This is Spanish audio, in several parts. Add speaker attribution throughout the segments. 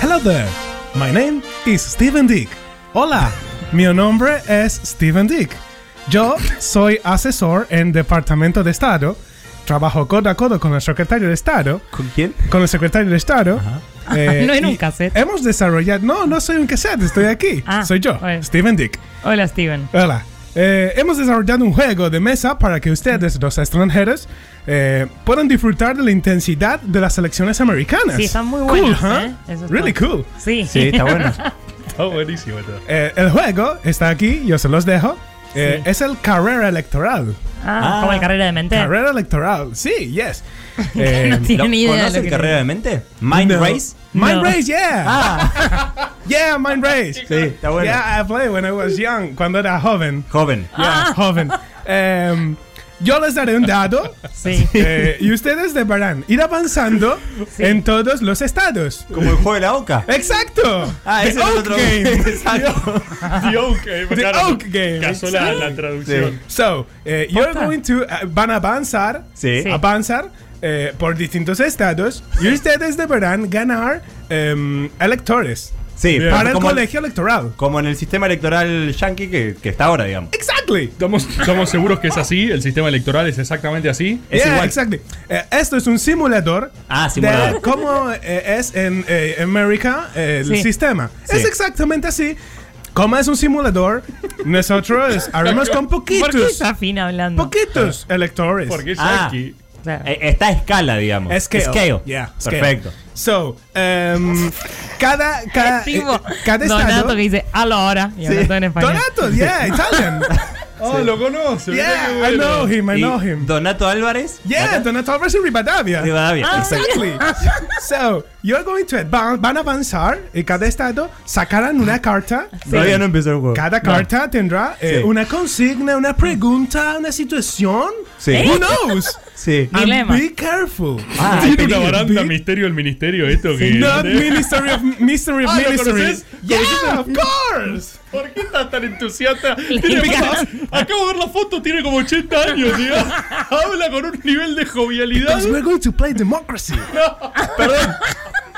Speaker 1: Hello there. My name is Steven Dick. Hola. Mi nombre es Steven Dick. Yo soy asesor en Departamento de Estado. Trabajo codo a codo con el secretario de Estado.
Speaker 2: ¿Con quién?
Speaker 1: Con el secretario de Estado. Eh,
Speaker 3: No era un
Speaker 1: y
Speaker 3: cassette.
Speaker 1: Hemos desarrollado. No, no soy un cassette, estoy aquí.
Speaker 3: Ah,
Speaker 1: soy yo,
Speaker 3: bueno.
Speaker 1: Steven Dick.
Speaker 3: Hola, Steven.
Speaker 1: Hola. Eh, hemos desarrollado un juego de mesa para que ustedes, los extranjeros, eh, puedan disfrutar de la intensidad de las elecciones americanas.
Speaker 3: Sí, están muy
Speaker 1: Cool,
Speaker 3: buenos,
Speaker 1: huh?
Speaker 3: ¿eh? Eso está-
Speaker 1: Really cool.
Speaker 3: Sí.
Speaker 2: Sí, está bueno.
Speaker 4: Está buenísimo todo.
Speaker 1: Eh, el juego está aquí, yo se los dejo. Eh,
Speaker 3: Sí.
Speaker 1: Es el carrera electoral.
Speaker 3: Ah, como el carrera de
Speaker 2: Eh.
Speaker 3: mente.
Speaker 1: Carrera electoral, sí, yes. Eh,
Speaker 3: No tiene
Speaker 2: ¿Lo-
Speaker 3: ni idea de
Speaker 2: ¿Conoce
Speaker 3: lo
Speaker 2: el
Speaker 3: que
Speaker 2: carrera de mente? Mind
Speaker 1: no.
Speaker 2: Race.
Speaker 1: Mind
Speaker 3: No.
Speaker 1: Race, yeah. Yeah, Mind Race.
Speaker 2: Ah. Sí, está bueno.
Speaker 1: Yeah, I played when I was young, cuando era joven.
Speaker 2: Joven.
Speaker 1: Yeah, joven. Em, yo les daré un dado
Speaker 3: Sí.
Speaker 1: eh, y ustedes deberán ir avanzando en todos los estados.
Speaker 2: Como el juego de la oca.
Speaker 1: ¡Exacto!
Speaker 2: Ah,
Speaker 1: The
Speaker 2: ese es
Speaker 1: Oak
Speaker 2: otro.
Speaker 1: Game.
Speaker 2: Exacto.
Speaker 4: The Oak Game.
Speaker 1: The
Speaker 4: claro,
Speaker 1: Oak Game.
Speaker 4: Casó la, la traducción.
Speaker 1: So, eh, you're going to, eh, van a avanzar,
Speaker 2: Sí.
Speaker 3: Sí.
Speaker 1: avanzar eh, por distintos estados y ustedes deberán ganar em, electores
Speaker 2: Sí,
Speaker 4: Bien.
Speaker 1: para el
Speaker 2: como,
Speaker 1: colegio electoral.
Speaker 2: como en el sistema electoral yankee que, que está ahora, digamos.
Speaker 1: Exactly.
Speaker 4: Estamos, estamos seguros que es así, el sistema electoral es exactamente así.
Speaker 2: Es
Speaker 1: Yeah,
Speaker 2: igual.
Speaker 1: exactly. Eh, esto es un simulador.
Speaker 2: Ah, simulador.
Speaker 1: De cómo eh, es en eh, América eh, el
Speaker 3: Sí.
Speaker 1: sistema.
Speaker 2: Sí.
Speaker 1: Es exactamente así. Como es un simulador, nosotros haremos con
Speaker 3: ¿Por qué
Speaker 1: poquitos,
Speaker 3: está Fina hablando?
Speaker 1: poquitos electores.
Speaker 4: Porque es
Speaker 2: Ah.
Speaker 4: aquí.
Speaker 3: O sea,
Speaker 2: Eh, está a escala, digamos.
Speaker 1: Scale.
Speaker 2: Scale.
Speaker 1: Yeah, scale.
Speaker 2: Perfecto.
Speaker 1: So, em, cada, cada, eh,
Speaker 3: tipo,
Speaker 1: cada
Speaker 3: Donato
Speaker 1: estado...
Speaker 3: que dice a la hora y hablando en español.
Speaker 1: Donato, yeah, Italian.
Speaker 4: Oh, lo conoce. mirá
Speaker 1: yeah,
Speaker 4: qué
Speaker 1: I
Speaker 4: bueno.
Speaker 1: know him, I
Speaker 2: Y
Speaker 1: know him.
Speaker 2: Donato Álvarez.
Speaker 1: yeah, Donato Ah, Alvarez y Rivadavia.
Speaker 2: Rivadavia. Exacto.
Speaker 1: Exactly. so, you're going to advance, van a avanzar y cada estado sacarán una carta.
Speaker 2: Todavía no empezó el juego.
Speaker 1: Cada carta tendrá eh,
Speaker 2: Sí.
Speaker 1: una consigna, una pregunta, una situación.
Speaker 2: Sí.
Speaker 1: Who knows?
Speaker 2: Sí.
Speaker 1: And
Speaker 3: Dilema.
Speaker 1: be careful.
Speaker 2: Ah,
Speaker 4: Tiene una
Speaker 1: Be-
Speaker 4: baranda
Speaker 1: be-
Speaker 4: misterio del ministerio esto que.
Speaker 1: Not Ministry of Mystery of
Speaker 4: Ah, ¿lo
Speaker 1: Ministry.
Speaker 4: conoces?
Speaker 1: Yeah, of course.
Speaker 4: ¿Por qué estás tan entusiasta? Tiene como- acabo de ver la foto, tiene como 80 años, tío. Habla con un nivel de jovialidad.
Speaker 1: Because we're going to play democracy.
Speaker 2: Perdón.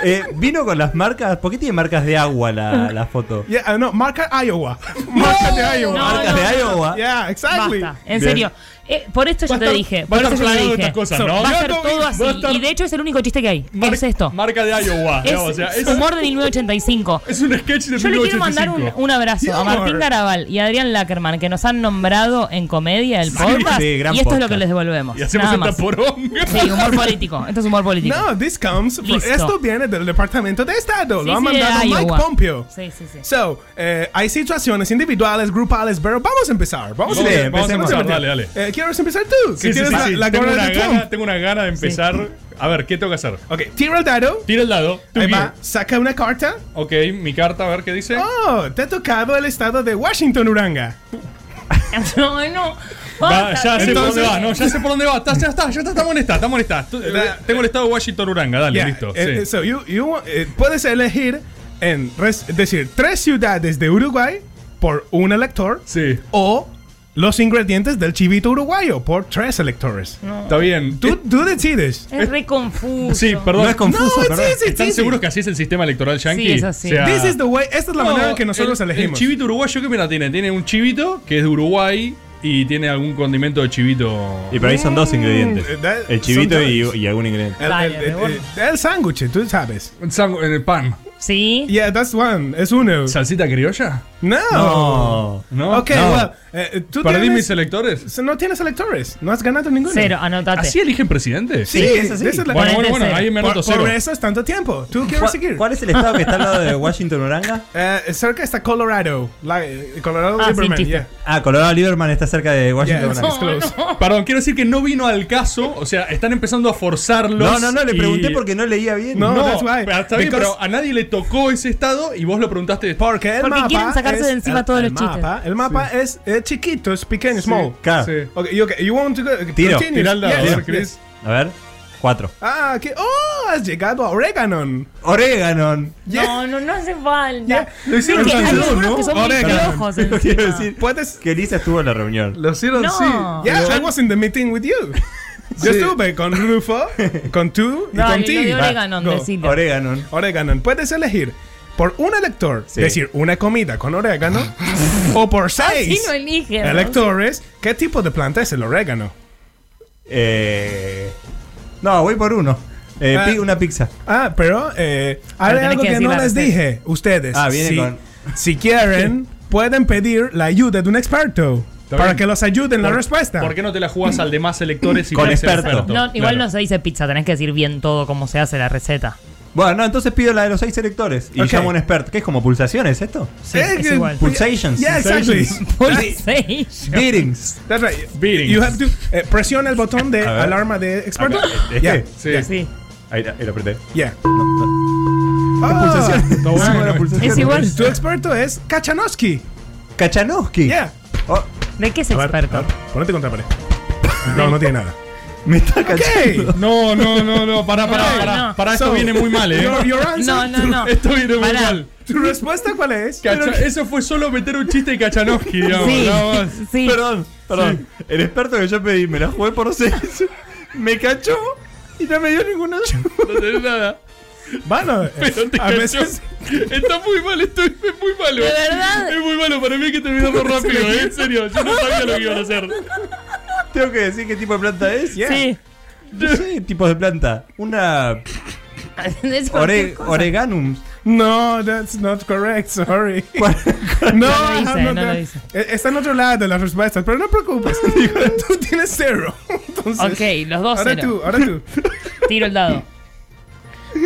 Speaker 2: Eh, vino con las marcas. ¿Por qué tiene marcas de agua la, la foto?
Speaker 1: Yeah, uh, no, marca Iowa. Marca de Iowa.
Speaker 3: no,
Speaker 2: marcas
Speaker 3: no,
Speaker 2: de Iowa.
Speaker 1: Yeah, exactly.
Speaker 3: Basta, en
Speaker 2: Bien.
Speaker 3: serio. Eh, por esto yo
Speaker 4: Va a
Speaker 3: te
Speaker 4: estar-
Speaker 3: dije.
Speaker 4: va
Speaker 3: Por
Speaker 4: a estar
Speaker 3: eso yo te
Speaker 4: plagado de
Speaker 3: dije.
Speaker 4: estas cosas, ¿no?
Speaker 3: Va a ser
Speaker 4: Gato,
Speaker 3: todo
Speaker 4: va a
Speaker 3: así.
Speaker 4: estar-
Speaker 3: Y de hecho es el único chiste que hay.
Speaker 4: Mar-
Speaker 3: es esto.
Speaker 4: Marca de Iowa.
Speaker 3: Es
Speaker 4: ¿no? o sea, es,
Speaker 3: humor de 1985.
Speaker 4: es un sketch de
Speaker 3: Yo le quiero mandar un,
Speaker 4: 1985.
Speaker 3: un abrazo
Speaker 1: Sí,
Speaker 3: a Martín
Speaker 1: amor.
Speaker 3: Garabal y a Adrián Lackerman, que nos han nombrado en comedia el podcast.
Speaker 2: sí, gran
Speaker 3: y esto es lo
Speaker 2: podcast.
Speaker 3: que les devolvemos.
Speaker 4: Y hacemos
Speaker 3: Nada
Speaker 4: esta
Speaker 3: más.
Speaker 4: poronga.
Speaker 3: Sí, humor político. Esto es humor político.
Speaker 1: No, this comes. from-
Speaker 3: Listo.
Speaker 1: Esto viene del Departamento de Estado.
Speaker 3: Sí,
Speaker 1: Lo ha
Speaker 3: sí,
Speaker 1: mandado
Speaker 3: de
Speaker 1: Mike
Speaker 3: Iowa.
Speaker 1: Pompeo.
Speaker 3: Sí, sí, sí.
Speaker 1: So, eh, hay situaciones individuales, grupales, pero vamos a empezar. Vamos a
Speaker 4: Sí,
Speaker 1: empezar.
Speaker 4: vamos a
Speaker 1: vamos a
Speaker 4: empezar,
Speaker 1: empezar.
Speaker 4: dale,
Speaker 1: Eh, ¿Quieres empezar tú?
Speaker 4: Sí,
Speaker 1: que
Speaker 4: sí,
Speaker 1: tienes
Speaker 4: sí,
Speaker 1: la,
Speaker 4: sí.
Speaker 1: la
Speaker 4: tengo,
Speaker 1: gorra
Speaker 4: una
Speaker 1: de Trump.
Speaker 4: gana, tengo una gana de empezar. A ver, ¿qué tengo que hacer?
Speaker 1: Ok, tira el dado.
Speaker 4: Tira el dado. Tú
Speaker 1: Ahí
Speaker 4: guía.
Speaker 1: va, saca una carta.
Speaker 4: Ok, mi carta, a ver qué dice.
Speaker 1: Oh, te ha tocado el estado de Washington, Uranga.
Speaker 3: No, no.
Speaker 4: Va,
Speaker 3: Basta,
Speaker 4: ya sé por dónde
Speaker 1: Entonces-
Speaker 4: va, no, ya sé por dónde va. Está, ya está, ya está, está molesta, está molesta. Tú- eh, Tengo el estado de Washington Uranga, dale,
Speaker 1: Yeah,
Speaker 4: listo.
Speaker 1: eh, eh,
Speaker 4: sí.
Speaker 1: so you- you want- eh, puedes elegir en res- es decir tres ciudades de Uruguay por un elector
Speaker 4: Sí.
Speaker 1: o los ingredientes del chivito uruguayo por tres electores.
Speaker 4: Está bien. Eh,
Speaker 1: Tú, tú decides.
Speaker 3: Es re confuso.
Speaker 4: Sí, perdón.
Speaker 2: No es confuso,
Speaker 1: No,
Speaker 2: perdón.
Speaker 1: sí, sí.
Speaker 4: ¿Están seguros que así es el sistema electoral yankee?
Speaker 3: Sí, es así.
Speaker 1: This is the way. Esta es la
Speaker 4: no,
Speaker 1: manera en que nosotros
Speaker 4: el-
Speaker 1: elegimos.
Speaker 4: El chivito uruguayo, ¿qué mira tiene? Tiene un chivito que es de Uruguay y tiene algún condimento de chivito.
Speaker 2: Y pero ahí son dos ingredientes.
Speaker 1: eh, that-
Speaker 2: El chivito
Speaker 1: son
Speaker 2: y,
Speaker 1: dos.
Speaker 2: y algún ingrediente.
Speaker 1: el, el,
Speaker 3: Vaya,
Speaker 1: el,
Speaker 3: me voy.
Speaker 1: el- el sándwich, tú sabes.
Speaker 4: Un sangu- en el pan.
Speaker 3: Sí.
Speaker 1: Yeah, that's one. Es uno.
Speaker 4: ¿Salsita criolla?
Speaker 1: No.
Speaker 2: No.
Speaker 4: ¿No?
Speaker 1: Ok,
Speaker 4: No.
Speaker 1: well, eh, tú
Speaker 4: ¿Perdí
Speaker 1: tienes-
Speaker 4: mis electores?
Speaker 1: no tienes electores. No has ganado ninguno.
Speaker 3: Cero, Ah, anotate.
Speaker 4: ¿Así eligen presidente?
Speaker 1: Sí,
Speaker 2: es
Speaker 1: esa
Speaker 2: así.
Speaker 1: es la-
Speaker 4: Bueno,
Speaker 3: Ponete
Speaker 4: bueno, bueno,
Speaker 3: cero.
Speaker 4: ahí me anoto
Speaker 1: por,
Speaker 4: cero.
Speaker 1: por eso es tanto tiempo. ¿Tú quieres
Speaker 2: ¿Cuál,
Speaker 1: seguir?
Speaker 2: cuál es el estado que está al lado de Washington Oranga?
Speaker 1: Eh, cerca está Colorado. la- eh, Colorado
Speaker 3: Ah, sí,
Speaker 1: Liberman,
Speaker 3: chiste.
Speaker 1: yeah.
Speaker 2: Ah, Colorado Lieberman está cerca de
Speaker 1: Yeah,
Speaker 2: Washington
Speaker 1: it's,
Speaker 2: Oranga.
Speaker 1: it's close.
Speaker 4: Oh, Perdón, quiero decir que no vino al caso, o sea, están empezando a forzarlos.
Speaker 2: No, no, no, le
Speaker 4: y-
Speaker 2: pregunté porque no leía bien.
Speaker 1: No.
Speaker 4: No,
Speaker 1: that's why.
Speaker 4: pero está bien,
Speaker 1: Because-
Speaker 4: pero a nadie le tocó ese estado y vos lo preguntaste después.
Speaker 1: Porque el
Speaker 3: Porque
Speaker 1: mapa
Speaker 3: quieren sacarse
Speaker 1: es-
Speaker 3: de encima
Speaker 1: el-
Speaker 3: todos
Speaker 1: el
Speaker 3: los chistes.
Speaker 1: mapa- El mapa es eh, chiquito, es pequeño, small.
Speaker 2: Claro.
Speaker 4: Sí.
Speaker 1: Okay, okay, you want to go,
Speaker 2: Tiro,
Speaker 1: continue?
Speaker 4: Tirá el dado,
Speaker 1: Yes,
Speaker 4: a ver, Chris.
Speaker 1: yes.
Speaker 2: A ver, cuatro.
Speaker 1: Ah, que oh, has llegado a Oreganon.
Speaker 2: Oreganon.
Speaker 1: Yeah.
Speaker 3: No, no, no hace falta.
Speaker 1: Yeah.
Speaker 4: Lo hicieron
Speaker 3: Es que
Speaker 4: los
Speaker 3: hay
Speaker 4: dos,
Speaker 3: algunos que son
Speaker 1: Ahora
Speaker 3: muy
Speaker 1: que-
Speaker 3: flojos encima.
Speaker 2: Quiero decir
Speaker 1: Puedes
Speaker 2: que Lisa estuvo en la reunión.
Speaker 4: Lo hicieron
Speaker 3: No.
Speaker 4: sí.
Speaker 1: Yeah, I was in the meeting with you. Yo estuve con Rufo, con tú y
Speaker 3: Dale,
Speaker 1: contigo.
Speaker 3: lo de Oreganon,
Speaker 1: Go.
Speaker 3: decilo.
Speaker 2: Orégano.
Speaker 1: Orégano. Puedes elegir por un elector,
Speaker 2: Sí.
Speaker 1: es decir, una comida con orégano, o por seis
Speaker 3: Así no eligen. ¿no?
Speaker 1: electores, ¿qué tipo de planta es el orégano?
Speaker 2: Eh, no, voy por uno. Eh,
Speaker 1: Ah.
Speaker 2: pi- una pizza.
Speaker 1: Ah, pero eh, hay
Speaker 3: tenés
Speaker 1: algo
Speaker 3: que
Speaker 1: que,
Speaker 3: decir
Speaker 1: no
Speaker 3: la
Speaker 1: les
Speaker 3: receta.
Speaker 1: dije. Ustedes,
Speaker 2: Ah, viene
Speaker 1: si,
Speaker 2: con-
Speaker 1: si quieren, pueden pedir la ayuda de un experto
Speaker 4: Está
Speaker 1: para
Speaker 4: bien.
Speaker 1: que los ayude en la
Speaker 4: ¿Por-
Speaker 1: respuesta.
Speaker 4: ¿Por qué no te la jugás al de más electores y
Speaker 2: Con
Speaker 4: le haces
Speaker 2: experto.
Speaker 3: No, igual
Speaker 4: Claro.
Speaker 3: no se dice pizza, tenés que decir bien todo cómo se hace la receta.
Speaker 2: Bueno, no, entonces pido la de los seis electores y
Speaker 1: Ok.
Speaker 2: llamo a un experto. ¿Qué es como pulsaciones esto?
Speaker 3: Sí,
Speaker 1: Eh,
Speaker 3: es
Speaker 1: que-
Speaker 3: igual.
Speaker 2: Pulsations.
Speaker 1: Yeah, exactly.
Speaker 2: Pulsations.
Speaker 3: Pulsation.
Speaker 2: Beatings.
Speaker 1: That's right.
Speaker 4: Beatings.
Speaker 1: You have to eh, presiona el botón de
Speaker 2: A ver.
Speaker 1: alarma de experto.
Speaker 2: Acá, eh,
Speaker 1: Yeah,
Speaker 4: Sí.
Speaker 3: Sí.
Speaker 2: Ahí, ahí lo apreté.
Speaker 1: yeah. Ah,
Speaker 2: Pulsaciones.
Speaker 4: está bueno.
Speaker 2: Sí, bueno, pulsaciones.
Speaker 3: Es igual.
Speaker 1: Tu experto es Kachanowski.
Speaker 2: Kachanowski.
Speaker 1: Yeah.
Speaker 2: Oh,
Speaker 3: ¿De qué es experto?
Speaker 1: Ponete contra la pared. No, no tiene nada.
Speaker 2: me está
Speaker 1: Okay.
Speaker 2: cachando.
Speaker 4: No, no, no, no, pará, pará,
Speaker 3: No,
Speaker 4: pará.
Speaker 3: no.
Speaker 4: Pará, esto
Speaker 1: So,
Speaker 4: viene muy mal, eh.
Speaker 1: Your, your answer.
Speaker 3: No, no, no.
Speaker 4: Esto viene muy
Speaker 3: Pará.
Speaker 4: mal.
Speaker 1: ¿Tu respuesta cuál es?
Speaker 4: Cacha-
Speaker 1: Pero-
Speaker 4: Eso fue solo meter un chiste de Kachanovsky, digamos.
Speaker 3: Sí,
Speaker 4: nada más.
Speaker 3: sí.
Speaker 2: Perdón, perdón. El experto que yo pedí me la jugué por seis. me cachó y no me dio ninguna ayuda.
Speaker 4: No tenés nada.
Speaker 1: Bueno, eh,
Speaker 4: Pero te
Speaker 1: a
Speaker 4: cachó.
Speaker 1: veces.
Speaker 4: Está muy mal, esto es muy malo.
Speaker 3: ¿De verdad?
Speaker 4: Es muy malo, para mí hay que terminamos rápido, eh. En serio, yo no sabía lo que iban a hacer.
Speaker 2: Tengo que decir qué tipo de planta es.
Speaker 1: Yeah.
Speaker 3: Sí.
Speaker 2: No sé, tipos de planta. Una
Speaker 3: Es
Speaker 2: ore-
Speaker 3: cualquier cosa.
Speaker 2: oreganum.
Speaker 1: No, that's not correct, sorry.
Speaker 2: ¿Cuál- cuál-
Speaker 1: No,
Speaker 3: No lo hice, no lo
Speaker 1: te-
Speaker 3: hice.
Speaker 1: eh, Está en otro lado las respuestas, pero no te preocupes. tú tienes cero. Entonces,
Speaker 3: Ok, los dos
Speaker 1: ahora
Speaker 3: cero.
Speaker 1: tú, ahora tú.
Speaker 3: Tiro el dado.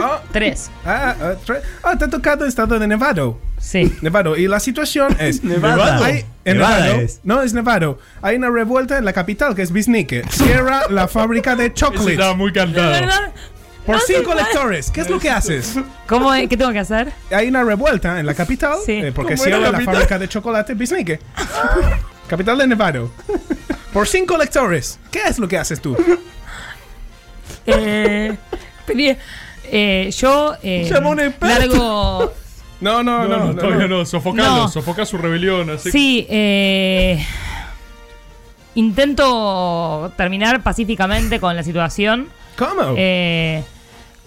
Speaker 1: Oh,
Speaker 3: Tres.
Speaker 1: ah, ah, tre- ah, te ha tocado el estado de Nevado.
Speaker 3: Sí.
Speaker 1: Nevado. Y la situación es.
Speaker 2: Nevada.
Speaker 1: Hay, en
Speaker 2: Nevada
Speaker 1: Nevado,
Speaker 2: es.
Speaker 1: No, es Nevado. Hay una revuelta en la capital que es Biznique. Cierra la fábrica de
Speaker 4: Eso estaba
Speaker 1: chocolate
Speaker 4: muy
Speaker 3: ¿De
Speaker 4: cantado.
Speaker 3: verdad?
Speaker 1: por
Speaker 3: No se
Speaker 1: cinco
Speaker 3: puede.
Speaker 1: lectores. ¿Qué es lo que haces?
Speaker 3: ¿Cómo es? ¿Qué tengo que hacer?
Speaker 1: hay una revuelta en la capital
Speaker 3: Sí.
Speaker 1: eh, porque
Speaker 2: ¿Cómo era
Speaker 1: cierra la,
Speaker 2: capital?
Speaker 1: fábrica de chocolate Bisnique. capital de Nevado. Por cinco lectores. ¿Qué es lo que haces tú?
Speaker 3: Eh, pedí- eh, yo eh,
Speaker 2: Llama a un experto.
Speaker 3: largo.
Speaker 1: No, no,
Speaker 4: No,
Speaker 1: no.
Speaker 4: no,
Speaker 1: no,
Speaker 4: todavía no. Sofocalo,
Speaker 3: No.
Speaker 4: sofocá su rebelión. Así
Speaker 3: Sí, eh, intento terminar pacíficamente con la situación.
Speaker 1: ¿Cómo?
Speaker 3: eh,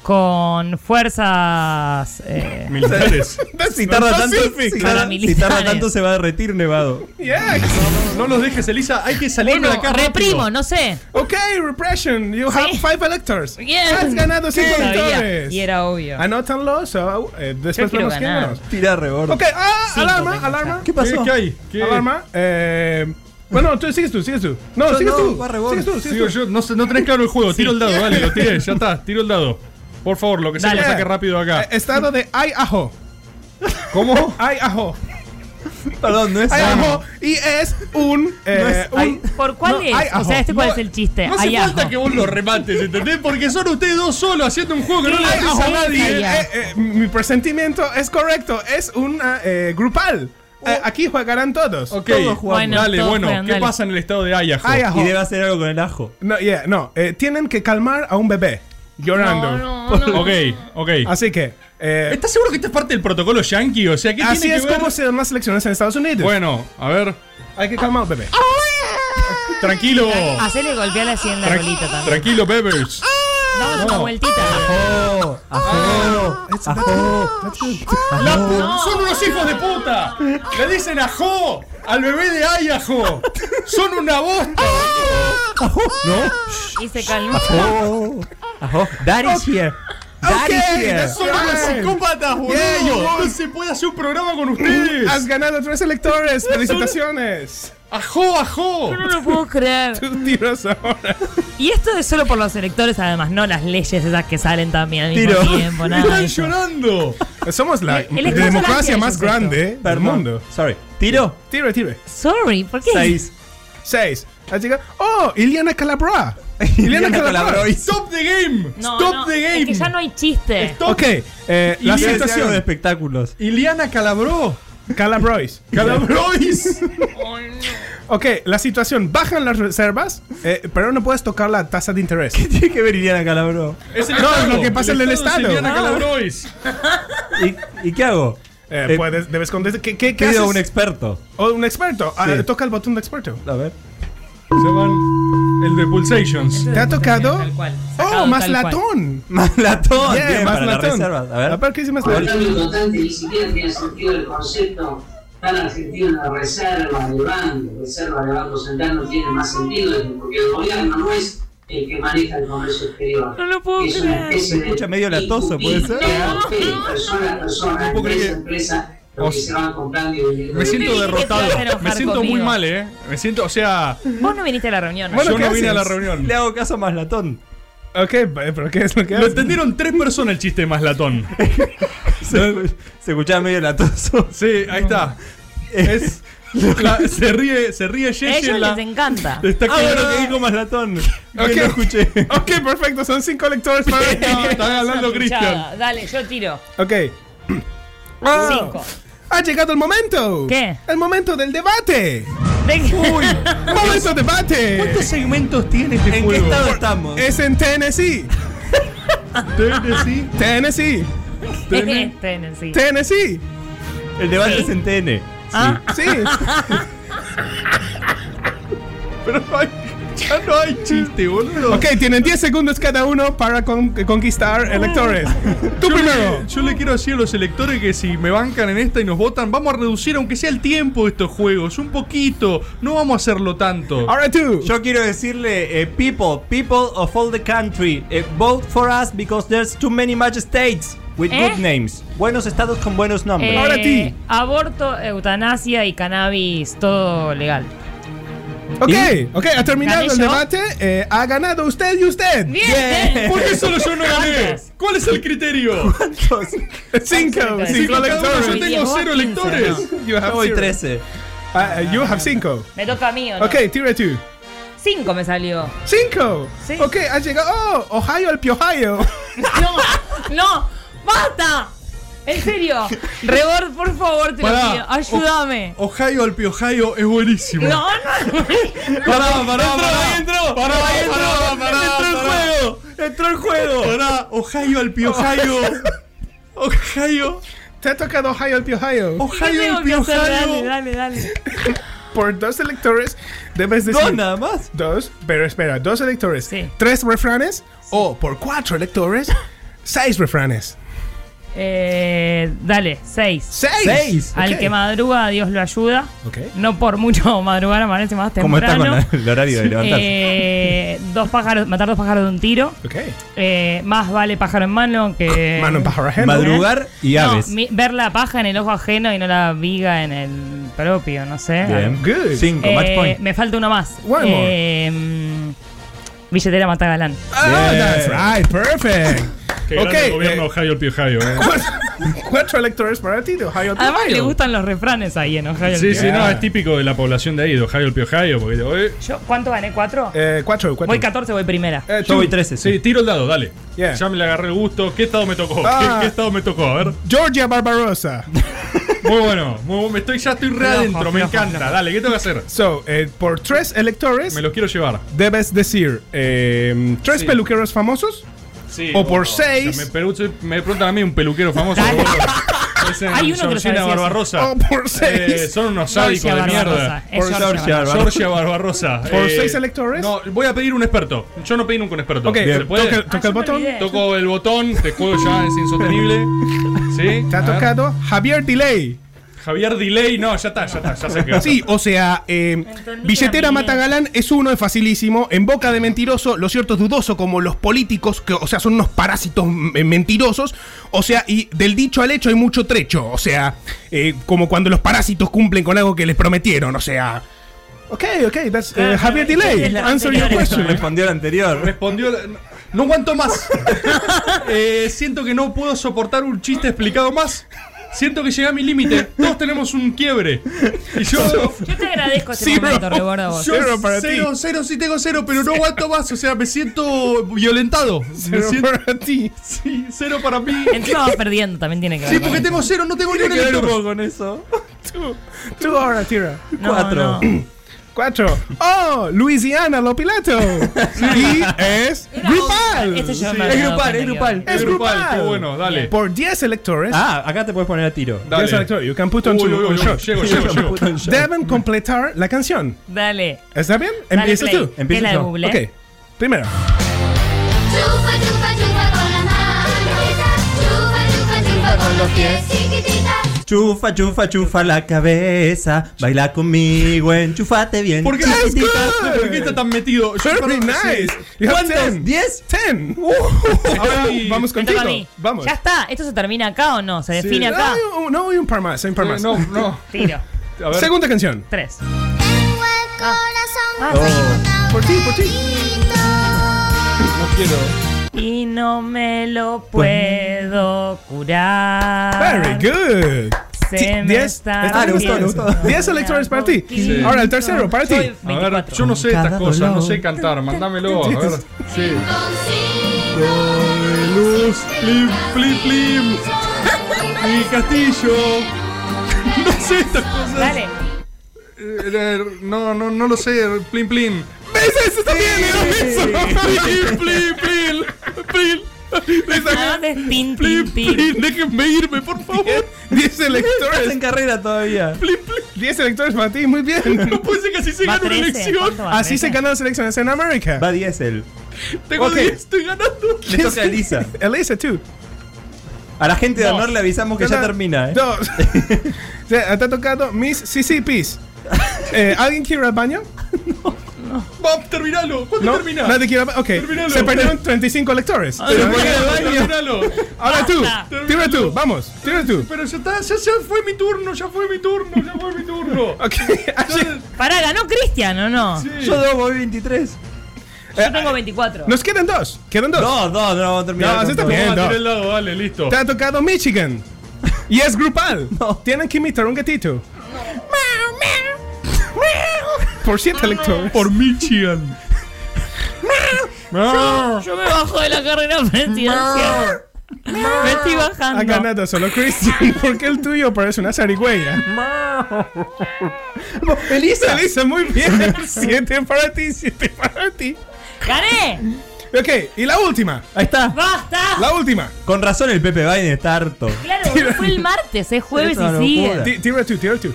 Speaker 3: con fuerzas. eh,
Speaker 4: Militares.
Speaker 1: That's
Speaker 2: Si tarda,
Speaker 1: not
Speaker 2: tanto,
Speaker 1: Pacific.
Speaker 2: si, tarda, si
Speaker 3: Paramilitares.
Speaker 2: tarda tanto se va a derretir Nevado.
Speaker 1: Yeah.
Speaker 4: No los dejes, Elisa, hay que salir
Speaker 3: bueno,
Speaker 4: de acá. rápido.
Speaker 3: reprimo, no sé.
Speaker 1: Ok, repression. You have
Speaker 3: Sí.
Speaker 1: five electors.
Speaker 3: Bien.
Speaker 1: Has ganado cinco
Speaker 3: Sabía,
Speaker 1: lectores.
Speaker 3: Y era obvio.
Speaker 1: Ah, Anótanlos. so, eh, después
Speaker 3: quiero
Speaker 1: vemos quién
Speaker 3: ganar.
Speaker 1: ganó.
Speaker 2: Tira reborde.
Speaker 1: Ok, ah,
Speaker 3: Cinco
Speaker 1: alarma,
Speaker 3: tengo
Speaker 1: alarma.
Speaker 3: ya.
Speaker 2: ¿Qué pasó?
Speaker 4: ¿Qué, ¿Qué hay? ¿Qué?
Speaker 1: Alarma. Eh, bueno, tú sigues tú, sigues tú. No,
Speaker 2: Yo
Speaker 1: sigues
Speaker 2: no,
Speaker 1: tú.
Speaker 2: va rebord.
Speaker 1: Sigues tú, sigues
Speaker 4: Sigo
Speaker 1: tú.
Speaker 4: yo, no, sé- no tenés claro el juego. Tiro el dado, dale, lo tiré, ya está, tiro el dado. Por favor, lo que sea,
Speaker 3: Dale.
Speaker 4: lo saque rápido de
Speaker 1: Eh,
Speaker 4: acá.
Speaker 1: Estado de Idaho. ¿Cómo? Idaho.
Speaker 2: Perdón, no es.
Speaker 1: Idaho. Y es un. eh,
Speaker 2: No es
Speaker 1: un-
Speaker 3: ¿Por cuál
Speaker 1: No,
Speaker 3: es?
Speaker 1: hay
Speaker 3: o
Speaker 1: ajo.
Speaker 3: sea, este cuál
Speaker 4: No,
Speaker 3: es el chiste.
Speaker 4: No hace
Speaker 3: Hay
Speaker 4: falta
Speaker 3: ajo.
Speaker 4: que vos lo remates, ¿entendés? Porque son ustedes dos solos haciendo un juego que no le
Speaker 3: Sí,
Speaker 4: haces a
Speaker 3: sí,
Speaker 4: nadie.
Speaker 3: sí.
Speaker 1: eh, eh, mi presentimiento es correcto. Es un grupal. Eh, aquí jugarán todos.
Speaker 4: Ok,
Speaker 2: Todos jugamos.
Speaker 4: bueno, dale,
Speaker 3: todos
Speaker 4: bueno,
Speaker 3: juegan,
Speaker 4: ¿qué
Speaker 3: dale.
Speaker 4: pasa en el estado de Idaho?
Speaker 1: Idaho.
Speaker 2: Y debe hacer algo con el ajo.
Speaker 1: No, yeah, no. Eh, tienen que calmar a un bebé llorando.
Speaker 3: No, no, no.
Speaker 4: Ok, ok.
Speaker 1: Así que. eh,
Speaker 4: ¿Estás seguro que esta es parte del protocolo yankee? O sea, ¿qué
Speaker 1: así
Speaker 4: tiene que
Speaker 1: es
Speaker 4: ver?
Speaker 1: como se dan las elecciones en Estados Unidos.
Speaker 4: Bueno, a ver,
Speaker 1: Hay que calmar al
Speaker 2: Ah.
Speaker 1: bebé.
Speaker 4: tranquilo.
Speaker 3: Hacele golpearle así en la
Speaker 4: Tran-
Speaker 3: colita también.
Speaker 4: tranquilo, Bevers.
Speaker 3: Damos una vueltita.
Speaker 2: Ajo, ajo,
Speaker 1: Ah.
Speaker 2: ajo.
Speaker 4: La pu- Son unos hijos de puta. Le dicen ajo al bebé de Ayajo. Son una bosta.
Speaker 2: Ajo, no.
Speaker 3: Y se calmó.
Speaker 2: Ajo, Oh. ajo. That is here. That is
Speaker 1: Ok,
Speaker 2: here.
Speaker 1: that's
Speaker 4: Son unos
Speaker 1: Bien.
Speaker 4: psicópatas,
Speaker 1: Bien,
Speaker 4: boludo. No se puede hacer un programa con ustedes.
Speaker 1: Has ganado tres electores. Felicitaciones.
Speaker 4: Ajo, ajo.
Speaker 3: No lo puedo creer.
Speaker 1: Tú tiros ahora.
Speaker 3: Y esto es solo por los electores, además, no las leyes esas que salen también al mismo
Speaker 2: Tiro.
Speaker 3: tiempo. Nada de
Speaker 4: Están
Speaker 3: eso.
Speaker 4: llorando.
Speaker 1: Somos la
Speaker 3: El- el
Speaker 1: democracia
Speaker 3: Escandinavia
Speaker 1: más
Speaker 3: es esto.
Speaker 1: grande del
Speaker 2: Perdón.
Speaker 1: mundo.
Speaker 2: Sorry. Tiro.
Speaker 1: Tire, tire.
Speaker 3: Sorry, ¿por qué?
Speaker 2: Seis.
Speaker 1: Seis. Así que, oh, Iliana Calabra. Iliana
Speaker 2: Iliana
Speaker 1: Calabra.
Speaker 2: Calabra.
Speaker 4: Stop the game.
Speaker 3: No,
Speaker 4: Stop
Speaker 3: no,
Speaker 4: the game.
Speaker 3: Es que ya no hay chiste.
Speaker 4: Stop.
Speaker 1: Ok, eh, la
Speaker 2: Debe
Speaker 4: Iliana-
Speaker 2: hacer algo de
Speaker 1: situación.
Speaker 2: espectáculos.
Speaker 4: Iliana Calabró.
Speaker 1: Calabrois.
Speaker 4: Calabrois.
Speaker 1: Ok, la situación. Bajan las reservas, eh, pero no puedes tocar la tasa de interés.
Speaker 2: Tiene que ver Iliana Calabro.
Speaker 4: Es
Speaker 1: No, lo que pasa en el estado.
Speaker 4: es Iliana
Speaker 1: Ah.
Speaker 4: Calabrois.
Speaker 2: ¿Y, y qué hago?
Speaker 1: Eh,
Speaker 2: Eh,
Speaker 1: puedes, debes contestar. ¿Qué, qué, qué
Speaker 2: Pido
Speaker 1: haces?
Speaker 2: a un experto.
Speaker 1: O un experto. Ah,
Speaker 2: Sí.
Speaker 1: toca el botón de experto.
Speaker 2: A ver.
Speaker 4: Se van el de Pulsations.
Speaker 1: ¿Te ha tocado?
Speaker 3: Tal cual,
Speaker 1: ¡Oh,
Speaker 3: sacado
Speaker 1: más
Speaker 3: tal cual.
Speaker 1: latón!
Speaker 2: Más latón.
Speaker 1: Yeah,
Speaker 2: Bien,
Speaker 1: más
Speaker 2: para las
Speaker 1: latón.
Speaker 2: reservas. A ver.
Speaker 1: Aparte que sí, más
Speaker 5: Por
Speaker 1: latón.
Speaker 5: cambio total de siquiera tiene sentido el concepto tan argentino de reserva de banco, reserva de banco central no tiene más sentido porque el gobierno no es el que maneja el comercio exterior.
Speaker 3: No lo puedo
Speaker 5: es una
Speaker 3: creer.
Speaker 5: especie
Speaker 2: Se
Speaker 5: de
Speaker 2: escucha medio latoso, ¿puede ser?
Speaker 5: disputín que golpea persona a persona,
Speaker 4: puedo creer
Speaker 5: empresa
Speaker 4: que-
Speaker 5: a empresa, lo que
Speaker 4: Os-
Speaker 5: se van comprando y vendiendo.
Speaker 4: Me siento
Speaker 3: Creí que
Speaker 4: derrotado.
Speaker 3: te ibas a enojar
Speaker 4: Me siento muy
Speaker 3: conmigo.
Speaker 4: mal, eh. Me siento, o sea,
Speaker 3: Vos no viniste a la reunión. ¿no?
Speaker 1: Bueno,
Speaker 4: yo
Speaker 1: ¿qué
Speaker 4: no vine a la
Speaker 1: haces?
Speaker 4: reunión.
Speaker 2: Le hago caso a más latón.
Speaker 1: Ok, pero ¿qué es lo que
Speaker 4: Lo
Speaker 1: haces?
Speaker 4: entendieron tres personas el chiste de más latón.
Speaker 2: Se, se escuchaba medio latoso.
Speaker 4: Sí, ahí está. Es, la- se ríe, se ríe
Speaker 3: a
Speaker 4: Yeye
Speaker 3: ellos
Speaker 4: en la-
Speaker 3: les encanta.
Speaker 2: Está
Speaker 4: Ah,
Speaker 2: claro
Speaker 4: bueno.
Speaker 2: lo que dijo más latón.
Speaker 1: Ok.
Speaker 2: Bien, lo escuché.
Speaker 1: Ok, perfecto, son cinco lectores para
Speaker 4: No, está
Speaker 3: Esa
Speaker 4: hablando
Speaker 3: puchada.
Speaker 4: Cristian.
Speaker 3: Dale, yo tiro.
Speaker 1: Ok. Ah,
Speaker 3: Cinco.
Speaker 1: ¡Ha llegado el momento!
Speaker 3: ¿Qué?
Speaker 1: ¡El momento del debate!
Speaker 3: Venga.
Speaker 1: ¡Momento debate!
Speaker 4: ¿Cuántos segmentos tiene este
Speaker 2: ¿En qué
Speaker 4: juego?
Speaker 2: estado estamos?
Speaker 4: Eh,
Speaker 1: Es en Tennessee.
Speaker 4: Tennessee.
Speaker 1: Tennessee.
Speaker 3: Eh,
Speaker 4: Tennessee.
Speaker 3: Tennessee.
Speaker 1: Tennessee.
Speaker 2: El
Speaker 4: eh.
Speaker 2: debate es en TN.
Speaker 3: Ah,
Speaker 1: Sí.
Speaker 4: Pero no hay, ya no hay chiste, boludo.
Speaker 1: Ok, tienen 10 segundos cada uno para con- conquistar
Speaker 3: Ah.
Speaker 1: electores. Tú primero.
Speaker 4: Yo le quiero decir a los electores que si me bancan en esta y nos votan, vamos a reducir aunque sea el tiempo de estos juegos, un poquito. No vamos a hacerlo tanto.
Speaker 1: Ahora tú.
Speaker 2: Yo quiero decirle, eh, people, people of all the country, eh, vote for us because there's too many much states with
Speaker 3: ¿Eh?
Speaker 2: good names. Buenos estados con buenos nombres.
Speaker 1: Eh. Ahora a ti.
Speaker 3: Aborto, eutanasia y cannabis, todo legal.
Speaker 1: Ok,
Speaker 2: ¿Y?
Speaker 1: ok, ha terminado
Speaker 3: ¿Gané
Speaker 1: el
Speaker 3: yo?
Speaker 1: debate. eh, ha ganado usted y usted.
Speaker 3: Bien.
Speaker 4: ¿Por qué solo yo no gané?
Speaker 3: ¿Cuántos?
Speaker 4: ¿Cuál es el criterio?
Speaker 2: Entonces,
Speaker 1: Cinco,
Speaker 3: Exacto.
Speaker 4: Si
Speaker 1: cinco
Speaker 4: cada uno yo
Speaker 1: electores.
Speaker 3: Diez,
Speaker 4: tengo
Speaker 3: vos
Speaker 4: cero
Speaker 3: 15,
Speaker 4: electores.
Speaker 1: You have
Speaker 2: yo voy
Speaker 1: zero.
Speaker 2: 13.
Speaker 1: Ah, you have cinco.
Speaker 3: Me toca a mí, ¿o no?
Speaker 1: Ok, tira tú.
Speaker 3: Cinco me salió.
Speaker 1: Cinco.
Speaker 3: Sí.
Speaker 1: Ok, ha llegado. Oh, Ohio al Piohio.
Speaker 3: No, no, basta. En serio. Rebord, por favor, te
Speaker 4: Pará.
Speaker 3: lo pido. Ayúdame.
Speaker 4: Ohio al Piohio es buenísimo.
Speaker 3: No, no.
Speaker 4: Pará,
Speaker 2: Entró,
Speaker 4: pará, pará.
Speaker 2: ahí entró.
Speaker 4: Pará,
Speaker 2: Ahí
Speaker 4: pará,
Speaker 2: entró,
Speaker 4: pará,
Speaker 2: entró el
Speaker 4: pará.
Speaker 2: juego. Entró el juego.
Speaker 4: Pará, Ohio al Piohio. Ohio.
Speaker 1: Te ha tocado Ohio al Piohio.
Speaker 4: Ohio
Speaker 3: Tengo
Speaker 4: al
Speaker 3: que hacer, Dale,
Speaker 4: Piohio.
Speaker 3: dale, dale.
Speaker 1: Por dos electores debes decir.
Speaker 2: Dos nada más.
Speaker 1: Dos, pero espera, dos electores.
Speaker 3: Sí.
Speaker 1: Tres refranes. O por cuatro electores, seis refranes.
Speaker 3: Eh, dale, seis.
Speaker 1: Seis.
Speaker 2: Seis.
Speaker 3: Al
Speaker 1: Ok.
Speaker 3: que madruga, Dios lo ayuda.
Speaker 1: Ok.
Speaker 3: No por mucho madrugar, amanece más
Speaker 2: ¿Cómo está
Speaker 3: temprano.
Speaker 2: con la- el horario de levantarse?
Speaker 3: Eh, dos pájaros, matar dos pájaros de un tiro.
Speaker 1: Ok.
Speaker 3: Eh, más vale pájaro en mano que.
Speaker 1: Mano en pájaro ajeno.
Speaker 3: Madru-
Speaker 2: Madrugar y
Speaker 3: No,
Speaker 2: aves.
Speaker 3: mi- ver la paja en el ojo ajeno y no la viga en el propio, no sé.
Speaker 2: Bien.
Speaker 1: Good.
Speaker 2: Cinco,
Speaker 3: Eh,
Speaker 2: match point.
Speaker 3: Me falta uno más.
Speaker 1: One more.
Speaker 3: Eh, mm, billetera mata galán.
Speaker 1: Ah,
Speaker 2: Yeah.
Speaker 1: that's right. Perfect.
Speaker 4: Qué grande
Speaker 1: Ok,
Speaker 4: el gobierno
Speaker 1: eh,
Speaker 4: Ohio al Piohio, eh.
Speaker 1: cuatro electores para ti de Ohio al
Speaker 3: Además,
Speaker 1: Piohio.
Speaker 3: le gustan los refranes ahí en Ohio.
Speaker 4: Sí, sí,
Speaker 1: Yeah.
Speaker 4: no, es típico de la población de ahí, de Ohio al Piohio, porque eh,
Speaker 3: Yo, ¿Cuánto gané? ¿Cuatro?
Speaker 1: Eh, cuatro, cuatro.
Speaker 3: voy 14, voy primera.
Speaker 1: Eh,
Speaker 2: Yo
Speaker 1: tú.
Speaker 2: voy 13.
Speaker 4: Sí,
Speaker 2: Sí.
Speaker 4: tiro el dado, dale.
Speaker 1: Yeah.
Speaker 4: Ya me le agarré el gusto. ¿Qué estado me tocó?
Speaker 1: Ah.
Speaker 4: ¿Qué, qué estado me tocó? A ver.
Speaker 1: Georgia Barbarossa.
Speaker 4: Muy bueno. Muy bueno. Me estoy, ya estoy re
Speaker 3: Flojo,
Speaker 4: adentro. Me
Speaker 3: flojo,
Speaker 4: encanta.
Speaker 3: flojo.
Speaker 4: Dale, ¿qué tengo que hacer?
Speaker 1: So, eh, por tres electores
Speaker 4: Me los quiero llevar.
Speaker 1: debes decir eh, tres
Speaker 4: Sí.
Speaker 1: peluqueros famosos.
Speaker 4: Sí.
Speaker 1: O por seis.
Speaker 4: me, peru- me preguntan a mí un peluquero famoso. boludo. Es en
Speaker 3: Hay uno que lo
Speaker 4: Georgina
Speaker 3: sabe, sí,
Speaker 4: Barbarossa.
Speaker 1: O por seis.
Speaker 4: Eh, son unos
Speaker 3: Georgia
Speaker 4: sádicos de
Speaker 3: Barbarossa,
Speaker 4: mierda.
Speaker 3: es Georgia
Speaker 2: Georgia
Speaker 3: Barbarossa.
Speaker 2: Barbarossa.
Speaker 4: Georgia Barbarossa. Eh,
Speaker 1: ¿Por seis electores?
Speaker 4: No, voy a pedir un experto. Yo no pedí nunca un experto.
Speaker 1: Ok,
Speaker 4: ¿Se puede?
Speaker 1: toca, toca
Speaker 3: Ah, yo
Speaker 1: el
Speaker 3: me
Speaker 1: botón.
Speaker 3: olvidé.
Speaker 4: Toco el botón, este juego ya es insostenible. ¿Sí?
Speaker 1: Te
Speaker 4: a
Speaker 1: ha
Speaker 4: ver.
Speaker 1: tocado Javier Delay.
Speaker 4: Javier Delay, no, ya está, ya está, ya sé que.
Speaker 1: Sí, o sea, eh,
Speaker 3: Entendí
Speaker 1: billetera
Speaker 3: también.
Speaker 1: Matagalán es uno, es facilísimo. En boca de mentiroso, lo cierto es dudoso, como los políticos, que, o sea, son unos parásitos mm, eh, mentirosos. O sea, y del dicho al hecho hay mucho trecho. O sea, eh, como cuando los parásitos cumplen con algo que les prometieron. O sea. Ok, ok, that's, eh,
Speaker 3: Ah,
Speaker 1: Javier
Speaker 3: no, esa
Speaker 1: Delay,
Speaker 3: es la
Speaker 1: answer your
Speaker 3: anterior,
Speaker 1: question.
Speaker 2: Respondió el anterior.
Speaker 4: Respondió. la- no- No aguanto más. Eh, siento que no puedo soportar un chiste explicado más. Siento que llegué a mi límite. Todos tenemos un quiebre. Y yo.
Speaker 3: Yo te agradezco este
Speaker 1: Zero.
Speaker 3: momento, Reborda vos.
Speaker 4: Yo
Speaker 1: Cero para ti.
Speaker 4: cero, cero, sí tengo cero, pero no aguanto más. O sea, me siento violentado. Me
Speaker 1: Pero
Speaker 4: siento,
Speaker 1: para ti.
Speaker 4: sí, cero para mí.
Speaker 3: Encima vas perdiendo, también tiene que ver.
Speaker 4: Sí,
Speaker 3: con
Speaker 4: porque
Speaker 3: eso.
Speaker 4: tengo cero, no tengo ni un
Speaker 2: ¿Qué
Speaker 4: elector.
Speaker 2: con eso?
Speaker 1: Tú ahora, tira.
Speaker 3: No,
Speaker 2: Cuatro.
Speaker 3: no.
Speaker 1: Cuatro. ¡Oh! Luisiana, lo pilato. Y es
Speaker 3: Era
Speaker 1: grupal.
Speaker 3: otra. Este yo
Speaker 1: Sí.
Speaker 3: no me
Speaker 2: Es
Speaker 3: había
Speaker 2: grupal, es
Speaker 3: dado cuenta que
Speaker 2: grupal.
Speaker 4: Es
Speaker 1: Es
Speaker 4: grupal,
Speaker 1: grupal.
Speaker 4: qué bueno, dale.
Speaker 1: Por 10 electores.
Speaker 2: Ah, acá te puedes poner a tiro.
Speaker 1: 10 electores. You can put on
Speaker 4: Uy,
Speaker 1: two-
Speaker 4: uy,
Speaker 1: on
Speaker 4: uy,
Speaker 1: shot.
Speaker 4: Llego, llego, llego.
Speaker 1: Deben completar la canción.
Speaker 3: había- Dale.
Speaker 1: ¿Está bien?
Speaker 3: dale
Speaker 1: Empiezas
Speaker 3: play.
Speaker 1: tú.
Speaker 3: Que
Speaker 2: Empiezas
Speaker 3: la
Speaker 2: tú.
Speaker 3: google.
Speaker 1: Ok. Primero.
Speaker 6: Chupa, chupa, chupa con la mano. Chupa, chupa, chupa con los pies. Chiquitita.
Speaker 2: Chufa, chufa, chufa la cabeza. Baila conmigo, enchufate bien.
Speaker 4: ¿Por qué,
Speaker 2: chiquitita.
Speaker 4: ¿Por qué está tan metido? Yo
Speaker 1: Very
Speaker 4: creo que sí.
Speaker 1: nice. You have
Speaker 2: ¿Cuántos?
Speaker 1: 10.
Speaker 2: ¿Diez?
Speaker 1: 10. Ahora
Speaker 4: Ay,
Speaker 1: vamos
Speaker 3: Me toca a mí.
Speaker 1: contigo. Vamos.
Speaker 3: Ya está. ¿Esto se termina acá o no? ¿Se
Speaker 1: Sí.
Speaker 3: define acá?
Speaker 1: Ay, un- no, hay un par más. Hay un par
Speaker 4: Eh,
Speaker 1: más.
Speaker 4: No, no.
Speaker 3: Tiro.
Speaker 4: A ver.
Speaker 1: Segunda canción.
Speaker 3: Tres.
Speaker 6: Tengo el corazón.
Speaker 3: Ah, seguimos.
Speaker 1: Por ti, por ti.
Speaker 4: No quiero.
Speaker 3: Y no me lo puedo curar.
Speaker 1: Very good. Sí,
Speaker 3: Ah. Se me
Speaker 1: diez.
Speaker 3: está
Speaker 1: Ah, le gustó, le
Speaker 2: gustó.
Speaker 3: rompiendo
Speaker 1: Diez electores para ti.
Speaker 3: poquito.
Speaker 1: Ahora, el tercero, para ti.
Speaker 3: Soy
Speaker 4: A ver,
Speaker 3: 24.
Speaker 4: yo no sé
Speaker 2: Cada
Speaker 4: estas cosas, no
Speaker 2: dolor.
Speaker 4: sé cantar, mandámelo, a ver. Sí. Luz, flim, flim, flim. Mi castillo. No sé estas cosas.
Speaker 3: Dale.
Speaker 4: Eh, eh, No, no, no lo sé. Plim, plim.
Speaker 1: ¿Ves? Eso está bien, era eso.
Speaker 4: Plim, plim, plim. Plim.
Speaker 3: Además es tin, tin,
Speaker 4: Plim,
Speaker 3: tin.
Speaker 4: plim. Déjenme irme, por favor.
Speaker 1: Diez
Speaker 2: Estás en
Speaker 1: electores.
Speaker 2: carrera todavía.
Speaker 4: Plim, plim.
Speaker 1: Diez electores para ti. Muy bien.
Speaker 4: No puede ser que así se
Speaker 3: Va
Speaker 4: gane
Speaker 3: 13.
Speaker 4: una elección.
Speaker 3: ¿Cuánto va? eh?
Speaker 1: Así se
Speaker 3: 13.
Speaker 1: ganan las elecciones en América.
Speaker 2: Va diésel.
Speaker 4: Tengo
Speaker 1: Ok.
Speaker 4: 10, estoy ganando.
Speaker 2: Le toca a Elisa.
Speaker 1: Elisa, tú.
Speaker 2: A la gente de honor le avisamos que ya
Speaker 1: Una,
Speaker 2: termina, eh.
Speaker 1: Dos. O sea, Te ha tocado Miss CCPs. Eh, ¿Alguien quiere ir al baño?
Speaker 4: Bob, terminalo. ¿Cuándo
Speaker 1: ¿No?
Speaker 4: termina?
Speaker 1: Nadie quiere al baño. Ok.
Speaker 4: Terminalo.
Speaker 1: Se perdieron 35 electores.
Speaker 2: Ah,
Speaker 4: Pero
Speaker 1: Pero-
Speaker 4: ¿por qué terminalo?
Speaker 1: Ahora tú.
Speaker 3: Basta.
Speaker 1: Tira tú. Vamos. Tira tú.
Speaker 4: Pero ya está, ya, ya fue mi turno, ya fue mi turno, ya fue mi turno.
Speaker 1: Ok.
Speaker 4: Ya-
Speaker 3: Pará, ganó Cristian, ¿o no?
Speaker 4: sí.
Speaker 2: Yo dos, voy 23.
Speaker 1: Eh,
Speaker 3: Yo tengo 24.
Speaker 1: Nos quedan dos. Quedan dos.
Speaker 2: No, no, no vamos a terminar.
Speaker 1: No,
Speaker 2: con
Speaker 1: sí está
Speaker 2: todo.
Speaker 1: bien.
Speaker 4: Toma,
Speaker 1: no.
Speaker 4: tira el lado, dale, listo.
Speaker 1: Te ha tocado Michigan. Y es grupal.
Speaker 2: No.
Speaker 1: Tienen que imitar un gatito. Por siete electores.
Speaker 4: Por Michigan.
Speaker 3: Yo me bajo de la carrera presidencial. Me estoy
Speaker 1: Ha
Speaker 3: bajando.
Speaker 1: ganado solo Christian. Porque el tuyo parece una zarigüeya.
Speaker 2: Elisa.
Speaker 1: Elisa, muy bien. Siete para ti, siete para ti.
Speaker 3: ¡Gané!
Speaker 1: Ok, y la última.
Speaker 2: Ahí está.
Speaker 3: ¡Basta!
Speaker 1: La última.
Speaker 2: Con razón el Pepe Biden está harto.
Speaker 3: Claro, boludo, fue el martes, es jueves
Speaker 2: Es una
Speaker 3: y sigue.
Speaker 2: locura.
Speaker 1: Ti- Tira tú, tira tú.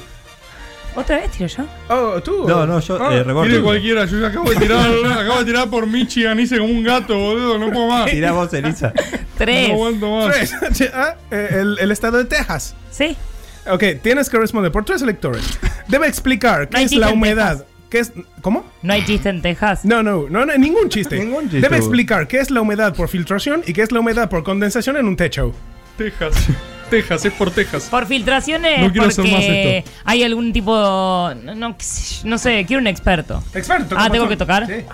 Speaker 3: ¿Otra vez tiro yo?
Speaker 1: Oh, tú.
Speaker 2: No, no, yo
Speaker 1: Ah,
Speaker 2: eh, recorto.
Speaker 4: Tire cualquiera, yo ya acabo de tirar, acabo de tirar por Michigan, hice como un gato, boludo, no puedo más.
Speaker 2: Tirá vos, Elisa.
Speaker 4: No
Speaker 3: Tres.
Speaker 4: aguanto más.
Speaker 1: Tres. Ah, eh, el, el estado de Texas.
Speaker 3: Sí.
Speaker 1: Ok, tienes que responder por tres electores. Debe explicar
Speaker 3: No
Speaker 1: qué
Speaker 3: hay
Speaker 1: es la
Speaker 3: chiste en
Speaker 1: humedad. ¿Qué es, ¿Cómo?
Speaker 3: No hay chiste en Texas.
Speaker 1: No, no, no, no, ningún chiste.
Speaker 2: Ningún chiste,
Speaker 1: Debe
Speaker 2: vos.
Speaker 1: explicar qué es la humedad por filtración y qué es la humedad por condensación en un techo.
Speaker 4: Texas, Texas, es por Texas.
Speaker 3: Por filtraciones,
Speaker 4: No quiero hacer más
Speaker 3: porque
Speaker 4: esto.
Speaker 3: hay algún tipo. No, no, qué sé yo, no sé, quiero un experto.
Speaker 1: Experto. toca
Speaker 3: Ah,
Speaker 1: un
Speaker 3: ¿tengo
Speaker 1: botón.
Speaker 3: que tocar?
Speaker 1: Sí.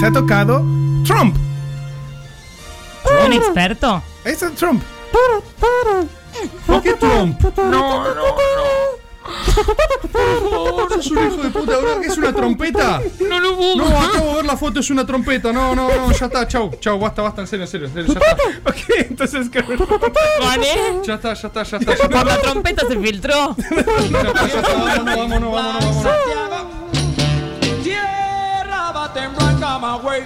Speaker 1: Te ha tocado Trump.
Speaker 3: ¿Un experto?
Speaker 1: Ese es Trump.
Speaker 4: ¿Por qué Trump? No, no, no. sos un hijo de puta, boludo, ¿qué es una trompeta?
Speaker 3: No lo
Speaker 4: No,
Speaker 3: puedo.
Speaker 4: acabo de ver la foto, es una trompeta. No, no, no, ya está, chau, chau, basta, basta, en serio, en serio, en serio, ya está.
Speaker 1: Ok, entonces ¿qué?
Speaker 3: ¿Gané?
Speaker 4: Ya está, ya está, ya está. Ya está.
Speaker 3: Por la trompeta se filtró.
Speaker 4: Vámonos, vámonos, vámonos, vámonos.
Speaker 7: Tierra va a temblar, cama, güey.